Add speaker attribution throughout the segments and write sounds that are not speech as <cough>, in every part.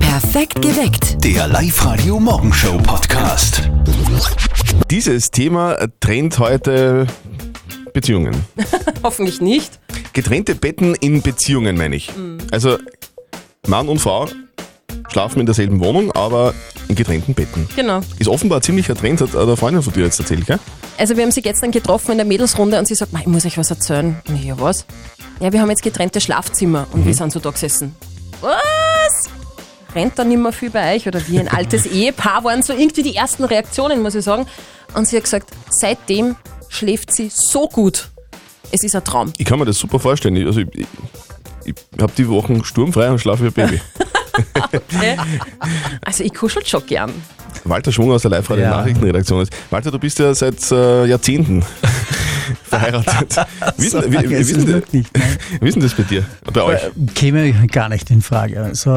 Speaker 1: Perfekt geweckt.
Speaker 2: Der Live-Radio Morgenshow Podcast.
Speaker 3: Dieses Thema trennt heute Beziehungen.
Speaker 4: Hoffentlich nicht.
Speaker 3: Getrennte Betten in Beziehungen, meine ich. Also Mann und Frau schlafen in derselben Wohnung, aber in getrennten Betten.
Speaker 4: Genau.
Speaker 3: Ist offenbar ein ziemlicher Trend, hat der Freundin von dir jetzt erzählt, gell?
Speaker 4: Also wir haben sie gestern getroffen in der Mädelsrunde und sie sagt, "Mei, ich muss euch was erzählen. Und ich, ja was? Ja, wir haben jetzt getrennte Schlafzimmer und wir sind so da gesessen. Was? Rennt da nicht mehr viel bei euch? Oder wie ein altes Ehepaar waren so irgendwie die ersten Reaktionen, muss ich sagen. Und sie hat gesagt, seitdem schläft sie so gut. Es ist ein Traum.
Speaker 3: Ich kann mir das super vorstellen. Ich- Also ich, ich, ich habe die Wochen sturmfrei und schlafe wie ein Baby.
Speaker 4: Also ich kuschel schon gern.
Speaker 3: Walter Schwung aus der Live-Radio
Speaker 5: Ja.
Speaker 3: Nachrichtenredaktion ist. Walter, du bist ja seit äh, Jahrzehnten verheiratet. Wissen, so,
Speaker 5: Ja, es ist wirklich, nein,
Speaker 3: <laughs> wissen das bei dir? Bei euch?
Speaker 5: käme gar nicht in Frage. Also,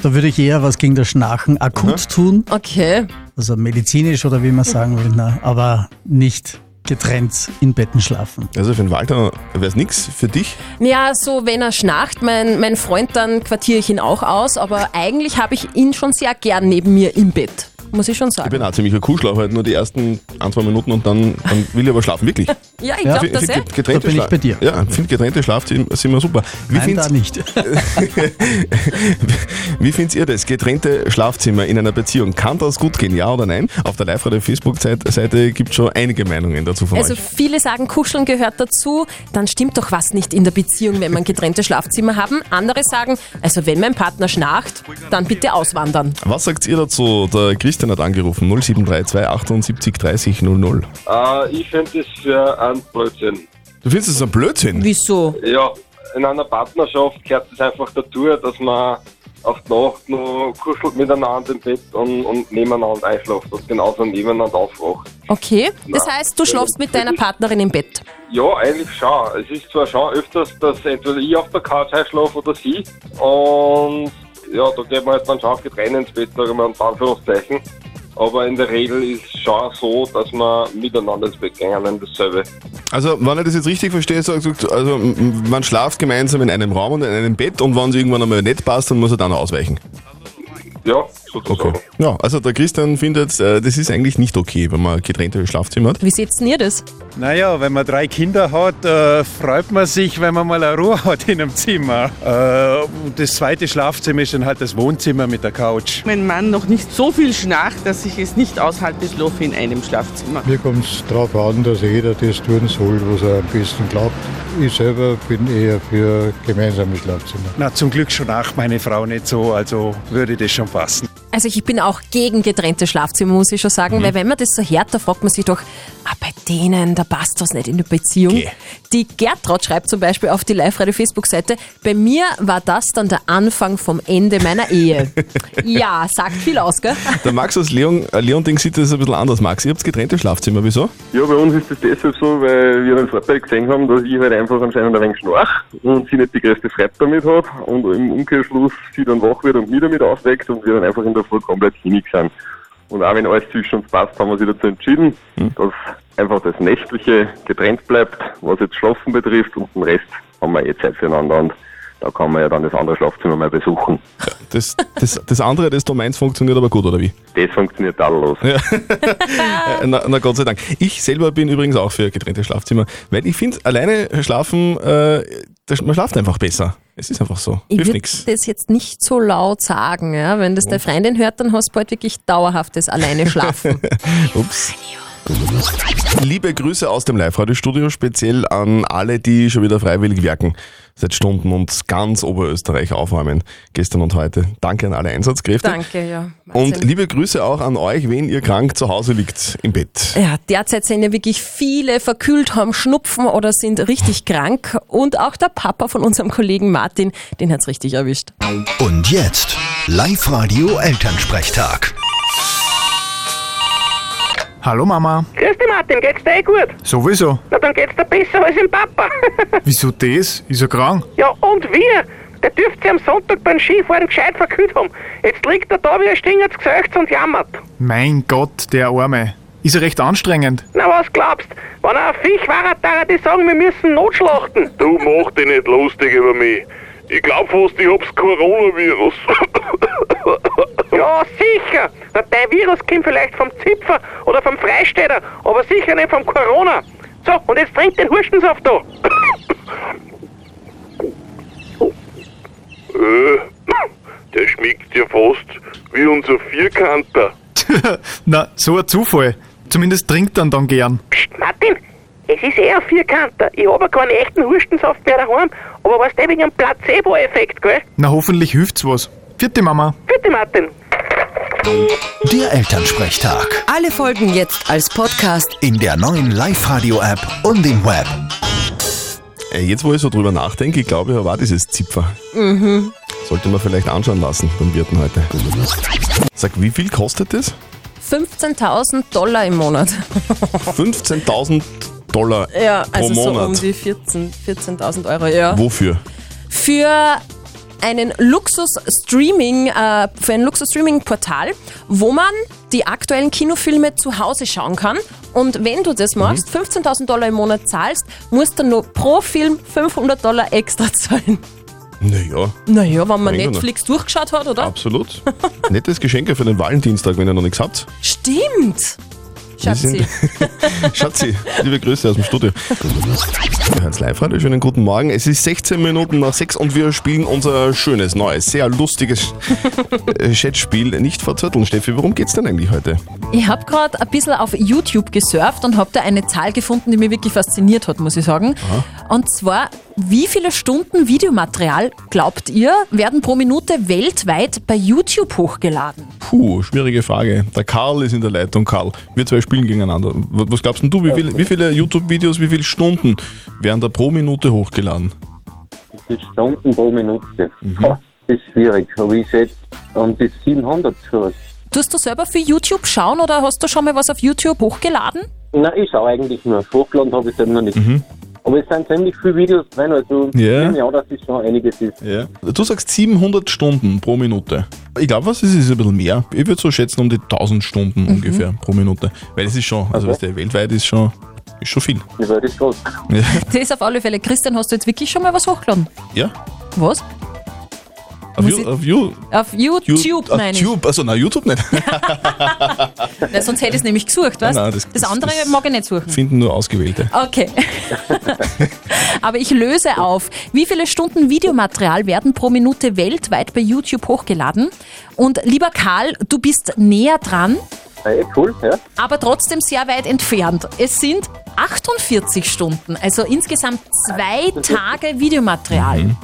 Speaker 5: da würde ich eher was gegen das Schnarchen akut tun,
Speaker 4: Okay.
Speaker 5: also medizinisch oder wie man sagen will, na, aber nicht getrennt in Betten schlafen.
Speaker 3: Also für den Walter wäre es nichts für dich.
Speaker 4: Ja, so wenn er schnarcht, mein, mein Freund, dann quartiere ich ihn auch aus, aber eigentlich habe ich ihn schon sehr gern neben mir im Bett. Muss ich schon
Speaker 3: Ich
Speaker 4: sagen.
Speaker 3: bin auch ziemlich ein Kuhschlauch, halt nur die ersten ein, zwei Minuten und dann, dann will ich aber schlafen, wirklich.
Speaker 4: Ja, ich
Speaker 5: Ja.
Speaker 4: glaube <laughs> das
Speaker 3: Find
Speaker 4: eh.
Speaker 3: get- getrennte
Speaker 5: Da bin ich
Speaker 3: Schla-
Speaker 5: bei dir.
Speaker 3: Ja, finde getrennte Schlafzimmer sind wir super. Wie
Speaker 5: Nein, da
Speaker 3: findet
Speaker 5: nicht.
Speaker 3: <laughs> wie findet ihr das? Getrennte Schlafzimmer in einer Beziehung. Kann das gut gehen, ja oder nein? Auf der live Facebook-Seite gibt es schon einige Meinungen dazu von
Speaker 4: Also
Speaker 3: euch.
Speaker 4: viele sagen, Kuscheln gehört dazu, dann stimmt doch was nicht in der Beziehung, wenn man getrennte Schlafzimmer haben. Andere sagen, also wenn mein Partner schnarcht, dann bitte auswandern.
Speaker 3: Was sagt ihr dazu? Der Christian hat angerufen 0732 78 30 00.
Speaker 6: Äh, ich finde das für einen Blödsinn.
Speaker 3: Du findest das ein Blödsinn?
Speaker 4: Wieso?
Speaker 6: Ja, in einer Partnerschaft gehört es einfach dazu, dass man auf die Nacht noch kuschelt miteinander im Bett und, und nebeneinander einschläft und genauso nebeneinander aufwacht.
Speaker 4: Okay, das heißt, du schläfst mit deiner Partnerin im Bett.
Speaker 6: Ja, eigentlich schon. Es ist zwar schon öfters, dass entweder ich auf der Couch einschlafe oder sie und ja, da geht man halt dann schon auf getrennt ins Bett, sage ich mal, in Anführungszeichen. Aber in der Regel ist es schon so, dass man miteinander ins Bett gehen, wenn dasselbe.
Speaker 3: Also, wenn ich das jetzt richtig verstehe, sagst du, also, m- m- man schlaft gemeinsam in einem Raum und in einem Bett und wenn es irgendwann einmal nicht passt, dann muss er dann ausweichen.
Speaker 6: Ja, sozusagen.
Speaker 3: Ja, also der Christian findet, äh, das ist eigentlich nicht okay, wenn man getrennte Schlafzimmer hat.
Speaker 4: Wie seht denn ihr das?
Speaker 7: Naja, wenn man drei Kinder hat, äh, freut man sich, wenn man mal eine Ruhe <laughs> hat in einem Zimmer. Äh, und das zweite Schlafzimmer ist dann halt das Wohnzimmer mit der Couch.
Speaker 8: mein Mann noch nicht so viel schnarcht, dass ich es nicht aushalte, schlafe in einem Schlafzimmer.
Speaker 9: Mir kommt es darauf an, dass jeder das tun soll, was er am besten glaubt. Ich selber bin eher für gemeinsame Schlafzimmer.
Speaker 7: Na, zum Glück schon auch meine Frau nicht so, also würde das schon passen.
Speaker 4: Also ich bin auch gegen getrennte Schlafzimmer, muss ich schon sagen, weil wenn man das so hört, da fragt man sich doch, ah, bei denen, da passt was nicht in der Beziehung.
Speaker 3: Geh.
Speaker 4: Die Gertraud schreibt zum Beispiel auf die Live-Radio-Facebook-Seite, bei mir war das dann der Anfang vom Ende meiner Ehe. ja, sagt viel aus, gell?
Speaker 3: Der Max aus Leon, äh, Leonding sieht das ein bisschen anders. Max, ihr habt getrennte Schlafzimmer, wieso?
Speaker 10: Ja, bei uns ist das deshalb so, weil wir den Vorteil gesehen haben, dass ich halt einfach anscheinend ein wenig schnarch und sie nicht die größte Freude damit hat und im Umkehrschluss sie dann wach wird und mich damit aufweckt und wir dann einfach in der Früh komplett hinig sind. Und auch wenn alles zwischen uns passt, haben wir sich dazu entschieden, dass einfach das Nächtliche getrennt bleibt, was jetzt Schlafen betrifft und den Rest haben wir eh Zeit füreinander und da kann man ja dann das andere Schlafzimmer mal besuchen.
Speaker 3: Das, das, das andere, das du meinst, funktioniert aber gut, oder wie?
Speaker 10: Das funktioniert tadellos.
Speaker 3: Äh, Na, na Gott sei Dank. Ich selber bin übrigens auch für getrennte Schlafzimmer, weil ich finde, alleine schlafen, äh, das, man schlaft einfach besser. Es ist einfach so.
Speaker 4: Ich
Speaker 3: Hilft
Speaker 4: würde
Speaker 3: nichts.
Speaker 4: das jetzt nicht so laut sagen. Ja? Wenn das der Freundin hört, dann hast du bald wirklich dauerhaftes Alleine schlafen.
Speaker 3: Ups. Liebe Grüße aus dem Live-Radio-Studio, speziell an alle, die schon wieder freiwillig werken. Seit Stunden und ganz Oberösterreich aufräumen, gestern und heute. Danke an alle Einsatzkräfte.
Speaker 4: Danke, ja.
Speaker 3: Und liebe Grüße auch an euch, wenn ihr krank zu Hause liegt im Bett.
Speaker 4: Ja, derzeit sind ja wirklich viele verkühlt, haben Schnupfen oder sind richtig krank. Und auch der Papa von unserem Kollegen Martin, den hat's richtig erwischt.
Speaker 2: Und jetzt Live-Radio Elternsprechtag.
Speaker 7: Hallo Mama.
Speaker 8: Grüß dich, Martin, geht's dir eh gut?
Speaker 7: Sowieso.
Speaker 8: Na, dann geht's dir besser als dem Papa. <laughs>
Speaker 7: Wieso das? Ist er krank?
Speaker 8: ja, und wir? Der dürfte sich am Sonntag beim Skifahren gescheit verkühlt haben. Jetzt liegt er da wie ein Stingert's gesäucht und jammert.
Speaker 7: Mein Gott, der Arme. Ist er recht anstrengend?
Speaker 8: Na, was glaubst? Wenn er ein Fisch war, hat er die sagen, wir müssen notschlachten.
Speaker 10: Du mach dich nicht lustig über mich. Ich glaub fast, ich hab's Coronavirus.
Speaker 11: Virus kommt vielleicht vom Zipfer oder vom Freistädter, aber sicher nicht vom Corona. So, und jetzt trinkt den Hurstensaft da.
Speaker 1: Äh, Der schmeckt ja fast wie unser Vierkanter.
Speaker 12: Na, so ein Zufall. Zumindest trinkt dann dann gern.
Speaker 11: Martin, es ist eher ein Vierkanter. Ich habe keinen echten Hurstensaft mehr daheim, aber weißt du, wegen dem Placebo-Effekt, gell?
Speaker 12: Na, hoffentlich hilft's was. Vierte Mama.
Speaker 11: Bitte, Martin.
Speaker 5: Der Elternsprechtag.
Speaker 13: Alle Folgen jetzt als Podcast.
Speaker 5: In der neuen Live-Radio-App und im Web.
Speaker 3: Äh, Jetzt, wo ich so drüber nachdenke, ich glaube, ja, war dieses Zipfer.
Speaker 4: Mhm.
Speaker 3: Sollte man vielleicht anschauen lassen beim Wirten heute. Sag, wie viel kostet das?
Speaker 4: 15.000 Dollar im Monat.
Speaker 3: 15.000 Dollar
Speaker 4: Ja,
Speaker 3: pro
Speaker 4: also so
Speaker 3: Monat.
Speaker 4: um die 14 14.000 Euro, ja.
Speaker 3: Wofür?
Speaker 4: Für einen Luxus-Streaming, äh, für ein Luxus-Streaming-Portal, wo man die aktuellen Kinofilme zu Hause schauen kann. Und wenn du das machst, 15.000 Dollar im Monat zahlst, musst du nur pro Film 500 Dollar extra zahlen.
Speaker 3: Naja,
Speaker 4: Naja, wenn man
Speaker 3: Mein Gott.
Speaker 4: Netflix durchgeschaut hat, oder?
Speaker 3: absolut. Nettes Geschenk für den Valentinstag, wenn ihr noch nichts habt.
Speaker 4: Stimmt!
Speaker 3: Wir
Speaker 4: Schatzi.
Speaker 3: sind- Schatzi, liebe Grüße aus dem Studio. Wir hören's live heute. Schönen guten Morgen. Es ist 16 Minuten nach 6 und wir spielen unser schönes, neues, sehr lustiges äh, Chatspiel. Nicht verzötteln, Steffi. Worum geht's denn eigentlich heute?
Speaker 4: Ich habe gerade ein bisschen auf YouTube gesurft und habe da eine Zahl gefunden, die mich wirklich fasziniert hat, muss ich sagen. Und zwar, wie viele Stunden Videomaterial, glaubt ihr, werden pro Minute weltweit bei YouTube hochgeladen?
Speaker 3: Puh, schwierige Frage. Der Karl ist in der Leitung. Karl, wir zwei spielen gegeneinander. W- Was glaubst denn du, wie, viel, wie viele YouTube-Videos, wie viele Stunden werden da pro Minute hochgeladen?
Speaker 14: Das Stunden pro Minute. Ha, Das ist schwierig, aber ich schätze um die 700 schon.
Speaker 4: Tust du selber für YouTube schauen oder hast du schon mal was auf YouTube hochgeladen?
Speaker 14: Na, ich schaue eigentlich nur. Hochgeladen habe ich selber noch nicht. Aber es sind ziemlich viele Videos drin, also
Speaker 3: Ja.
Speaker 14: ich nehme an, dass das schon einiges ist.
Speaker 3: Du sagst 700 Stunden pro Minute. Ich glaube, was ist, ist ein bisschen mehr. Ich würde so schätzen, um die 1000 Stunden
Speaker 4: Mhm.
Speaker 3: ungefähr pro Minute. Weil es ist schon, also weißt du, weltweit ist schon, ist schon viel.
Speaker 14: Die Welt ist groß.
Speaker 3: Ja.
Speaker 4: Das ist auf alle Fälle. Christian, hast du jetzt wirklich schon mal was hochgeladen?
Speaker 3: ja.
Speaker 4: Was?
Speaker 3: Auf,
Speaker 4: Muss
Speaker 3: you,
Speaker 4: ich-
Speaker 3: auf you,
Speaker 4: Auf YouTube,
Speaker 3: auf
Speaker 4: meine ich.
Speaker 3: Tube. Also, na YouTube
Speaker 4: <laughs>
Speaker 3: nicht.
Speaker 4: Na, sonst hätte ich es nämlich gesucht, weißt
Speaker 3: Nein,
Speaker 4: du?
Speaker 3: das-
Speaker 4: Das, andere mag ich nicht suchen.
Speaker 3: Finden nur Ausgewählte.
Speaker 4: Okay. <laughs> Aber ich löse auf. Wie viele Stunden Videomaterial werden pro Minute weltweit bei YouTube hochgeladen? Und lieber Karl, du bist näher dran,
Speaker 14: Hey, Äh, cool, ja.
Speaker 4: aber trotzdem sehr weit entfernt. Es sind 48 Stunden, also insgesamt
Speaker 14: <laughs>
Speaker 4: zwei Tage Videomaterial.
Speaker 14: Mhm.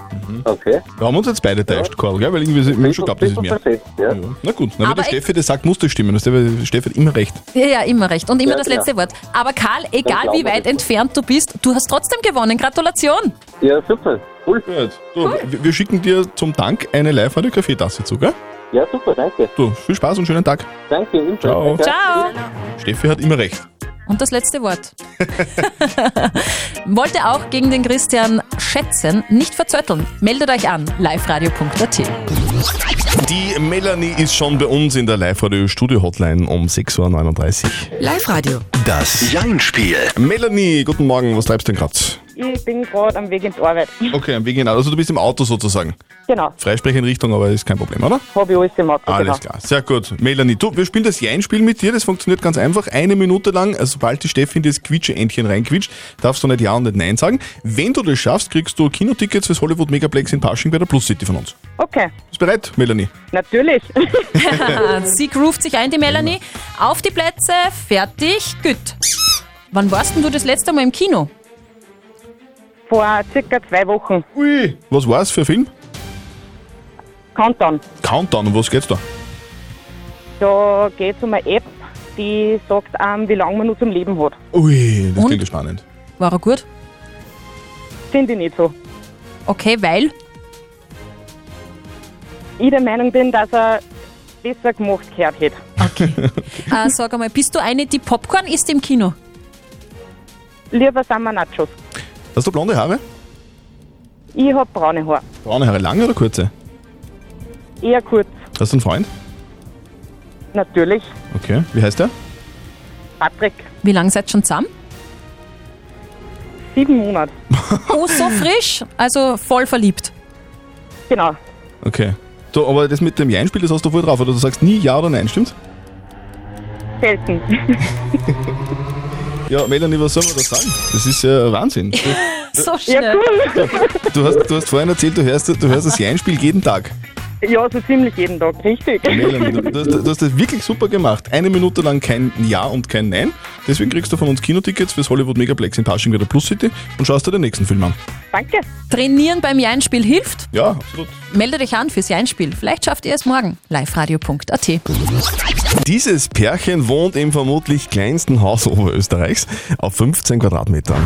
Speaker 14: Okay.
Speaker 3: Da haben wir uns jetzt beide täuscht, Karl, gell? weil irgendwie sind wir haben schon glaubt, das ist mehr. Ja. Na gut, na, wenn
Speaker 4: Aber
Speaker 3: der Steffi das sagt, muss das stimmen. Das der Steffi hat immer recht.
Speaker 4: Ja, ja, immer recht. Und immer
Speaker 14: Ja,
Speaker 4: das
Speaker 14: genau.
Speaker 4: letzte Wort. Aber Karl, egal
Speaker 14: glauben
Speaker 4: wie
Speaker 14: wir
Speaker 4: weit entfernt du bist, du hast trotzdem gewonnen. Gratulation!
Speaker 14: Ja, super. Cool.
Speaker 3: Du, wir- Wir schicken dir zum Dank eine Live-Radio-Kaffeetasse zu, gell?
Speaker 14: Ja, super, danke.
Speaker 3: Du, viel Spaß und schönen Tag.
Speaker 14: Danke, ebenfalls.
Speaker 3: Ciao.
Speaker 14: Danke.
Speaker 4: Ciao!
Speaker 3: Steffi hat immer recht.
Speaker 4: Und das letzte Wort. <laughs> Wollte auch gegen den Christian schätzen, nicht verzötteln. Meldet euch an, liveradio.at.
Speaker 3: Die Melanie ist schon bei uns in der Live-Radio-Studio-Hotline um 6.39 Uhr.
Speaker 13: Live-Radio.
Speaker 3: Das Jein-Spiel. Melanie, guten Morgen, was treibst du denn gerade?
Speaker 15: Ich bin gerade am Weg in die Arbeit.
Speaker 3: Okay, am Weg hinaus. Also du bist im Auto sozusagen.
Speaker 15: Genau.
Speaker 3: Freisprecher in Richtung, aber ist kein Problem, oder?
Speaker 15: Habe ich alles im Auto. genau.
Speaker 3: Alles klar, sehr gut. Melanie, du, wir spielen das Jein-Spiel mit dir, das funktioniert ganz einfach. Eine Minute lang, also sobald die Steffi in das Quietsche-Entchen reinquietscht, darfst du nicht Ja und nicht Nein sagen. Wenn du das schaffst, kriegst du Kinotickets fürs Hollywood Megaplex in Pasching bei der Plus City von uns.
Speaker 15: Okay,
Speaker 3: Bist bereit, Melanie?
Speaker 15: natürlich. <laughs>
Speaker 4: Äh, Sie groovt sich ein, die Melanie. Auf die Plätze, fertig, gut. Wann warst denn du das letzte Mal im Kino?
Speaker 15: Vor circa zwei Wochen.
Speaker 3: Ui. Was war's für ein Film?
Speaker 15: Countdown.
Speaker 3: Countdown, um was geht's da?
Speaker 15: Da geht es um eine App, die sagt einem, wie lange man noch zum Leben hat.
Speaker 3: Ui, das klingt ja spannend.
Speaker 4: War er gut?
Speaker 15: Finde ich nicht so.
Speaker 4: Okay, weil?
Speaker 15: Ich der Meinung bin, dass er besser gemacht gehört hätte.
Speaker 4: Äh, sag einmal, bist du eine, die Popcorn isst im Kino?
Speaker 15: Lieber sind wir Nachos.
Speaker 3: Hast du blonde Haare?
Speaker 15: Ich habe braune Haare.
Speaker 3: Braune Haare, lange oder kurze?
Speaker 15: Eher kurz,
Speaker 3: Hast du einen Freund?
Speaker 15: natürlich.
Speaker 3: Okay, wie heißt der?
Speaker 15: Patrick,
Speaker 4: Wie lange seid ihr schon zusammen?
Speaker 15: sieben Monate.
Speaker 4: Oh, so frisch. Also voll verliebt.
Speaker 15: Genau.
Speaker 3: Okay. So, aber das mit dem Jein-Spiel, das hast du wohl drauf, oder? Du sagst nie Ja oder Nein, stimmt's?
Speaker 15: selten.
Speaker 3: Ja, Melanie, was soll man da sagen? Das ist ja Wahnsinn.
Speaker 4: so schnell. Ja, cool.
Speaker 3: Du hast, du hast vorhin erzählt, du hörst, du hörst das Jeinspiel jeden Tag.
Speaker 15: Ja, so ziemlich jeden Tag, richtig.
Speaker 3: Melanie, du, du, hast, du hast das wirklich super gemacht. Eine Minute lang kein Ja und kein Nein. Deswegen kriegst du von uns Kinotickets fürs Hollywood Megaplex in Pasching bei der Plus City und schaust dir den nächsten Film an.
Speaker 15: Danke.
Speaker 4: Trainieren beim Jeinspiel hilft?
Speaker 3: Ja, absolut.
Speaker 4: Melde dich an fürs Jeinspiel. Vielleicht schafft ihr es morgen. liveradio.at.
Speaker 3: Dieses Pärchen wohnt im vermutlich kleinsten Haus <laughs> Oberösterreichs auf 15 Quadratmetern.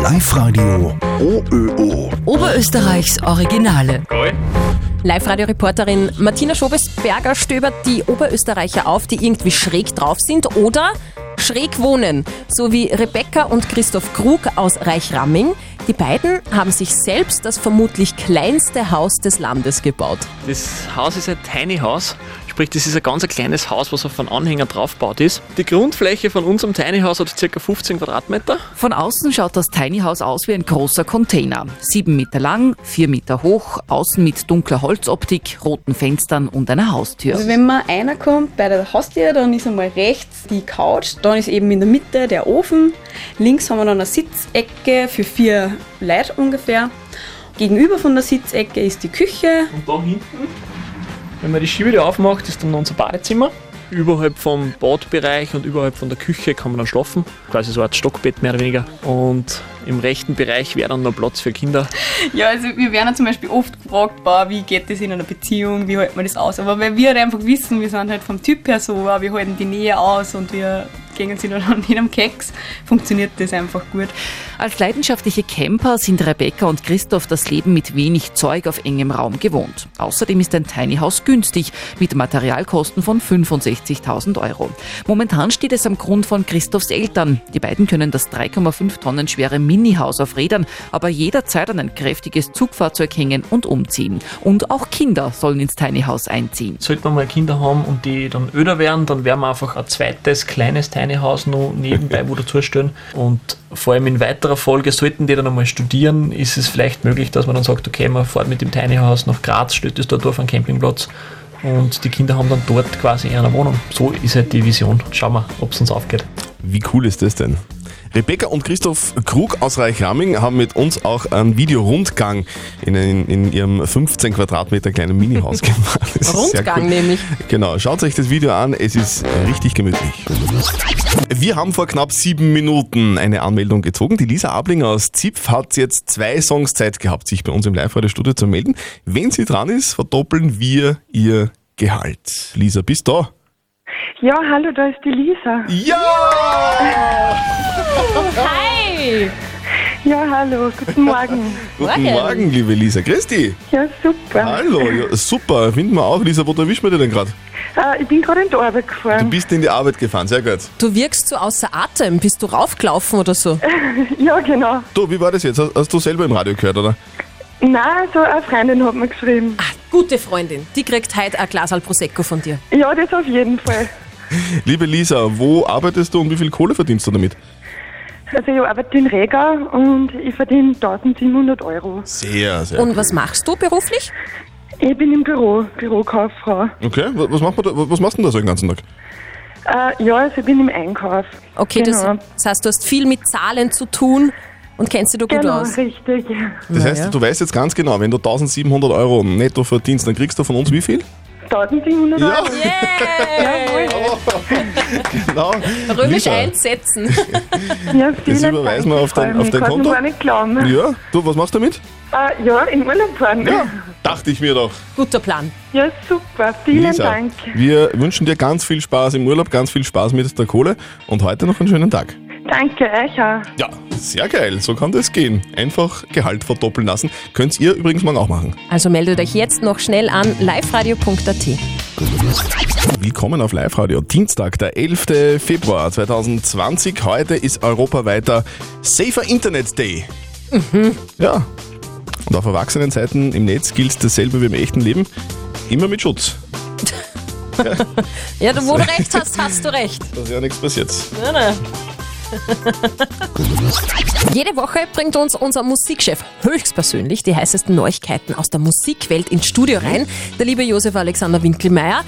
Speaker 5: Live-Radio OÖO.
Speaker 13: Oberösterreichs Originale.
Speaker 4: Live-Radio-Reporterin Martina Schobesberger stöbert die Oberösterreicher auf, die irgendwie schräg drauf sind oder schräg wohnen. So wie Rebecca und Christoph Krug aus Reichramming. Die beiden haben sich selbst das vermutlich kleinste Haus des Landes gebaut.
Speaker 8: Das Haus ist ein Tiny House, sprich das ist ein ganz ein kleines Haus, was auf einen Anhänger draufgebaut ist. Die Grundfläche von unserem Tiny House hat ca. 15 Quadratmeter.
Speaker 13: Von außen schaut das Tiny House aus wie ein großer Container. Sieben Meter lang, vier Meter hoch, außen mit dunkler Holzoptik, roten Fenstern und einer Haustür.
Speaker 16: Also wenn man einer kommt bei der Haustür, dann ist einmal rechts die Couch, dann ist eben in der Mitte der Ofen. Links haben wir dann eine Sitzecke für vier Leute ungefähr. Gegenüber von der Sitzecke ist die Küche.
Speaker 8: Und da hinten, wenn man die Schiebe aufmacht, ist dann unser Badezimmer. Überhalb vom Badbereich und überhalb von der Küche kann man dann schlafen. Quasi so ein Art Stockbett mehr oder weniger. Und im rechten Bereich wäre dann noch Platz für Kinder.
Speaker 16: <laughs> Ja, also wir werden ja zum Beispiel oft gefragt, boah, wie geht das in einer Beziehung, wie hält man das aus? Aber weil wir halt einfach wissen, wir sind halt vom Typ her so, wir halten die Nähe aus und wir gehen sie dann <laughs> an jedem Keks, funktioniert das einfach gut.
Speaker 13: Als leidenschaftliche Camper sind Rebecca und Christoph das Leben mit wenig Zeug auf engem Raum gewohnt. Außerdem ist ein Tiny House günstig, mit Materialkosten von 65.000 Euro. Momentan steht es am Grund von Christophs Eltern. Die beiden können das 3,5 Tonnen schwere Mini-Haus auf Rädern, aber jederzeit an ein kräftiges Zugfahrzeug hängen und umziehen. Und auch Kinder sollen ins Tiny House einziehen.
Speaker 8: Sollte man mal Kinder haben und die dann öder werden, dann werden wir einfach ein zweites kleines Tiny House noch nebenbei wo dazustellen. Und vor allem in weiterer Folge, sollten die dann einmal studieren, ist es vielleicht möglich, dass man dann sagt, okay, man fährt mit dem Tiny House nach Graz, stellt es dort auf einen Campingplatz. Und die Kinder haben dann dort quasi eine Wohnung. So ist halt die Vision. Schauen wir, ob es uns aufgeht.
Speaker 3: Wie cool ist das denn? Rebecca und Christoph Krug aus Reichramming haben mit uns auch einen Videorundgang in, in, in ihrem 15 Quadratmeter kleinen Minihaus <laughs> gemacht. Das ist sehr
Speaker 4: Rundgang nämlich.
Speaker 3: Genau, schaut euch das Video an, es ist richtig gemütlich. Wir haben vor knapp sieben Minuten eine Anmeldung gezogen. Die Lisa Ablinger aus Zipf hat jetzt zwei Songs Zeit gehabt, sich bei uns im Live-Radio-Studio zu melden. Wenn sie dran ist, verdoppeln wir ihr Gehalt. Lisa, bist du da?
Speaker 17: Ja, hallo, da ist die Lisa.
Speaker 3: Ja!
Speaker 4: Hi!
Speaker 17: Ja, hallo, guten Morgen.
Speaker 3: Guten Morgen. liebe Lisa. Christi!
Speaker 17: Ja, super.
Speaker 3: Hallo, ja, super. Finden wir auch. Lisa, wo erwischen wir dich denn gerade?
Speaker 17: Äh, ich bin gerade in die Arbeit
Speaker 3: Du
Speaker 17: gefahren.
Speaker 3: bist in die Arbeit gefahren, sehr gut.
Speaker 4: Du wirkst so außer Atem. Bist du raufgelaufen oder so?
Speaker 17: ja, genau.
Speaker 3: Du, wie war das jetzt? Hast, hast du selber im Radio gehört, oder?
Speaker 17: Nein, so eine Freundin hat mir geschrieben.
Speaker 4: Ah, Gute Freundin. Die kriegt heute ein Glas Prosecco von dir.
Speaker 17: Ja, das auf jeden Fall.
Speaker 3: Liebe Lisa, wo arbeitest du und wie viel Kohle verdienst du damit?
Speaker 17: Also ich arbeite in Rega und ich verdiene 1700 Euro.
Speaker 3: Sehr, sehr.
Speaker 4: Und was machst du beruflich?
Speaker 17: Ich bin im Büro, Bürokauffrau.
Speaker 3: Okay, wa- was, macht man da, wa- was machst du denn da so den ganzen Tag?
Speaker 17: Äh, ja, also ich bin im Einkauf.
Speaker 4: Okay,
Speaker 17: genau.
Speaker 4: das, das heißt, du hast viel mit Zahlen zu tun und kennst dich da gut
Speaker 17: Genau, <laughs>
Speaker 4: aus.
Speaker 17: richtig.
Speaker 3: Das heißt, du weißt jetzt ganz genau, wenn du 1700 Euro netto verdienst, dann kriegst du von uns wie viel?
Speaker 17: 1700
Speaker 3: <laughs> Ja.
Speaker 17: Euro.
Speaker 3: Genau.
Speaker 4: Römisch
Speaker 3: Lisa,
Speaker 4: einsetzen. <laughs>
Speaker 17: Ja,
Speaker 3: Das
Speaker 17: vielen
Speaker 3: überweisen wir
Speaker 17: Dank,
Speaker 3: auf
Speaker 17: ich freu
Speaker 3: dein,
Speaker 17: mich.
Speaker 3: auf dein
Speaker 17: Kann
Speaker 3: Konto.
Speaker 17: Ich kann nicht glauben.
Speaker 3: Ja, du, was machst du damit?
Speaker 17: Äh, ja, in Urlaub fahren.
Speaker 3: Ja. Dachte ich mir doch.
Speaker 4: Guter Plan.
Speaker 17: Ja, super. Vielen
Speaker 3: Lisa,
Speaker 17: Dank.
Speaker 3: wir wünschen dir ganz viel Spaß im Urlaub, ganz viel Spaß mit der Kohle und heute noch einen schönen Tag.
Speaker 17: Danke, euch auch.
Speaker 3: Ja, sehr geil, so kann das gehen. Einfach Gehalt verdoppeln lassen. Könnt ihr übrigens morgen auch machen.
Speaker 4: Also meldet euch jetzt noch schnell an liveradio.at.
Speaker 3: Willkommen auf Live Radio. Dienstag, der 11. Februar 2020. Heute ist europaweiter Safer Internet Day. Ja. Und auf Erwachsenenseiten im Netz gilt dasselbe wie im echten Leben. Immer mit Schutz,
Speaker 4: Ja, du, wo du recht hast, hast du recht.
Speaker 3: dass ja nichts passiert.
Speaker 4: Ja, ne. Jede Woche bringt uns unser Musikchef höchstpersönlich die heißesten Neuigkeiten aus der Musikwelt ins Studio rein, der liebe Josef Alexander Winkelmeier.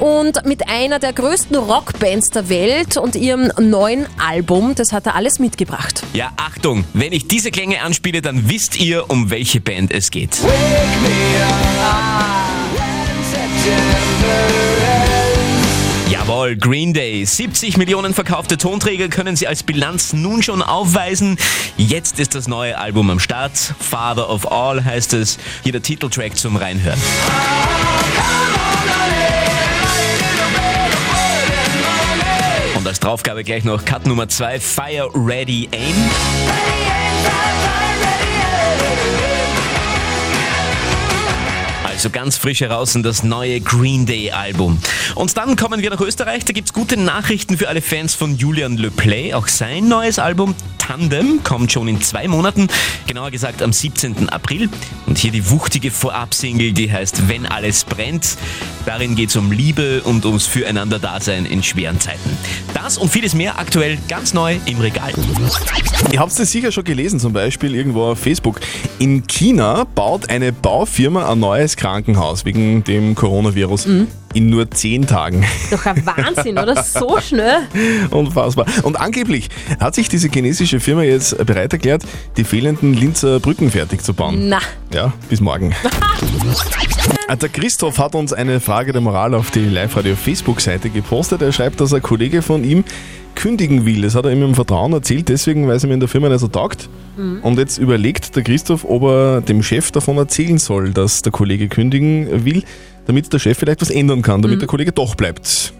Speaker 4: Und mit einer der größten Rockbands der Welt und ihrem neuen Album, das hat er alles mitgebracht.
Speaker 10: Ja, Achtung, wenn ich diese Klänge anspiele, dann wisst ihr, um welche Band es geht. Jawohl, Green Day. 70 Millionen verkaufte Tonträger können sie als Bilanz nun schon aufweisen. Jetzt ist das neue Album am Start. Father of All heißt es. Hier der Titeltrack zum Reinhören. Und als Draufgabe gleich noch Cut Nummer 2, Fire Ready Aim. Also ganz frisch heraus in das neue Green Day Album. Und dann kommen wir nach Österreich. Da gibt's gute Nachrichten für alle Fans von Julian Le Play. Auch sein neues Album Tandem kommt schon in zwei Monaten, Genau genauer gesagt am 17. April. Und hier die wuchtige Vorab-Single, die heißt Wenn alles brennt. Darin geht's um Liebe und ums Füreinander-Dasein in schweren Zeiten. Das und vieles mehr aktuell ganz neu im Regal.
Speaker 3: Ihr habt es sicher schon gelesen, zum Beispiel irgendwo auf Facebook. In China baut eine Baufirma ein neues Krankenhaus wegen dem Coronavirus
Speaker 4: Mhm.
Speaker 3: in nur zehn Tagen. <laughs>
Speaker 4: Doch ein Wahnsinn, oder? So schnell.
Speaker 3: Unfassbar. Und angeblich hat sich diese chinesische Firma jetzt bereit erklärt, die fehlenden Linzer Brücken fertig zu bauen.
Speaker 4: Na.
Speaker 3: Ja, bis morgen. Ah, Der Christoph hat uns eine Frage der Moral auf die Live-Radio-Facebook-Seite gepostet. Er schreibt, dass ein Kollege von ihm kündigen will. Das hat er ihm im Vertrauen erzählt, deswegen, weil es ihm in der Firma nicht so taugt.
Speaker 18: Mhm.
Speaker 3: Und jetzt überlegt der Christoph, ob er dem Chef davon erzählen soll, dass der Kollege kündigen will, damit der Chef vielleicht was ändern kann, damit der Kollege doch bleibt.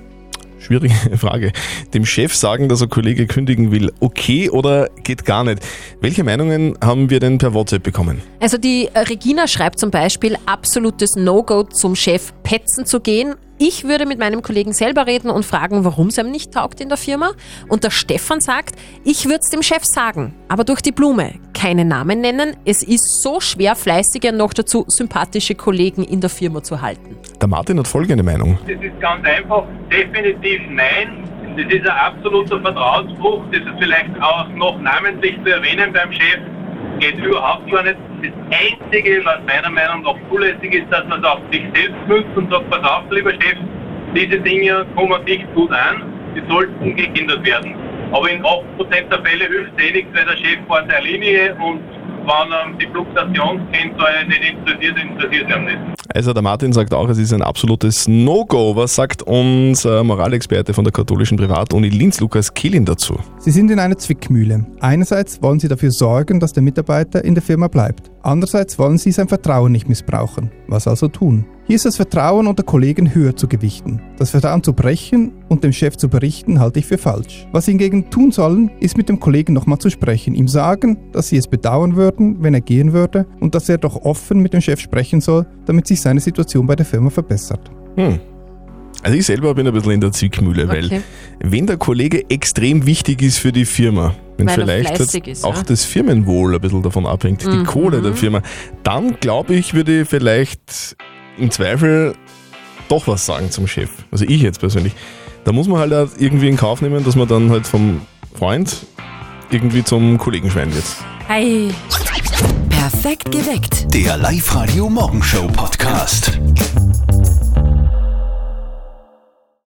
Speaker 3: Schwierige <laughs> Frage. Dem Chef sagen, dass ein Kollege kündigen will, okay oder geht gar nicht. Welche Meinungen haben wir denn per WhatsApp bekommen?
Speaker 4: Also die Regina schreibt zum Beispiel, absolutes No-Go zum Chef petzen zu gehen. Ich würde mit meinem Kollegen selber reden und fragen, warum es ihm nicht taugt in der Firma. Und der Stefan sagt, ich würde es dem Chef sagen, aber durch die Blume. Keine Namen nennen. Es ist so schwer, fleißige und noch dazu sympathische Kollegen in der Firma zu halten.
Speaker 3: Der Martin hat folgende Meinung.
Speaker 6: Das ist ganz einfach, definitiv nein. Das ist ein absoluter Vertrauensbruch. Das ist vielleicht auch noch namentlich zu erwähnen beim Chef. Geht überhaupt gar nicht. Das Einzige, was meiner Meinung nach zulässig ist, dass man es auf sich selbst nutzt und sagt, pass auf, lieber Chef, diese Dinge kommen nicht gut an, die sollten geändert werden. Aber in 8% der Fälle hilft es eh nichts, weil der Chef fährt der Linie und wenn ähm, die Fluktuationskennzahlen nicht interessiert, interessiert er nicht.
Speaker 3: Also der Martin sagt auch, es ist ein absolutes No-Go. Was sagt unser Moralexperte von der katholischen Privatuni Linz, Lukas Kehlin, dazu?
Speaker 19: Sie sind in einer Zwickmühle. Einerseits wollen Sie dafür sorgen, dass der Mitarbeiter in der Firma bleibt. Andererseits wollen Sie sein Vertrauen nicht missbrauchen. Was also tun? Hier ist das Vertrauen unter Kollegen höher zu gewichten. Das Vertrauen zu brechen und dem Chef zu berichten halte ich für falsch. Was Sie hingegen tun sollen, ist mit dem Kollegen nochmal zu sprechen, ihm sagen, dass Sie es bedauern würden, wenn er gehen würde und dass er doch offen mit dem Chef sprechen soll, damit sich seine Situation bei der Firma verbessert.
Speaker 3: Hm. Also ich selber bin ein bisschen in der Zwickmühle,
Speaker 19: Okay.
Speaker 3: weil wenn der Kollege extrem wichtig ist für die Firma, wenn
Speaker 4: Weil er
Speaker 3: vielleicht
Speaker 4: fleißig
Speaker 3: jetzt
Speaker 4: ist,
Speaker 3: auch
Speaker 4: ja.
Speaker 3: das Firmenwohl ein bisschen davon abhängt, die
Speaker 4: Mhm.
Speaker 3: Kohle der Firma, dann glaube ich, würde ich vielleicht im Zweifel doch was sagen zum Chef. Also ich jetzt persönlich. Da muss man halt auch irgendwie in Kauf nehmen, dass man dann halt vom Freund irgendwie zum Kollegenschwein wird.
Speaker 20: Perfekt geweckt.
Speaker 5: Der Live-Radio Morgenshow Podcast.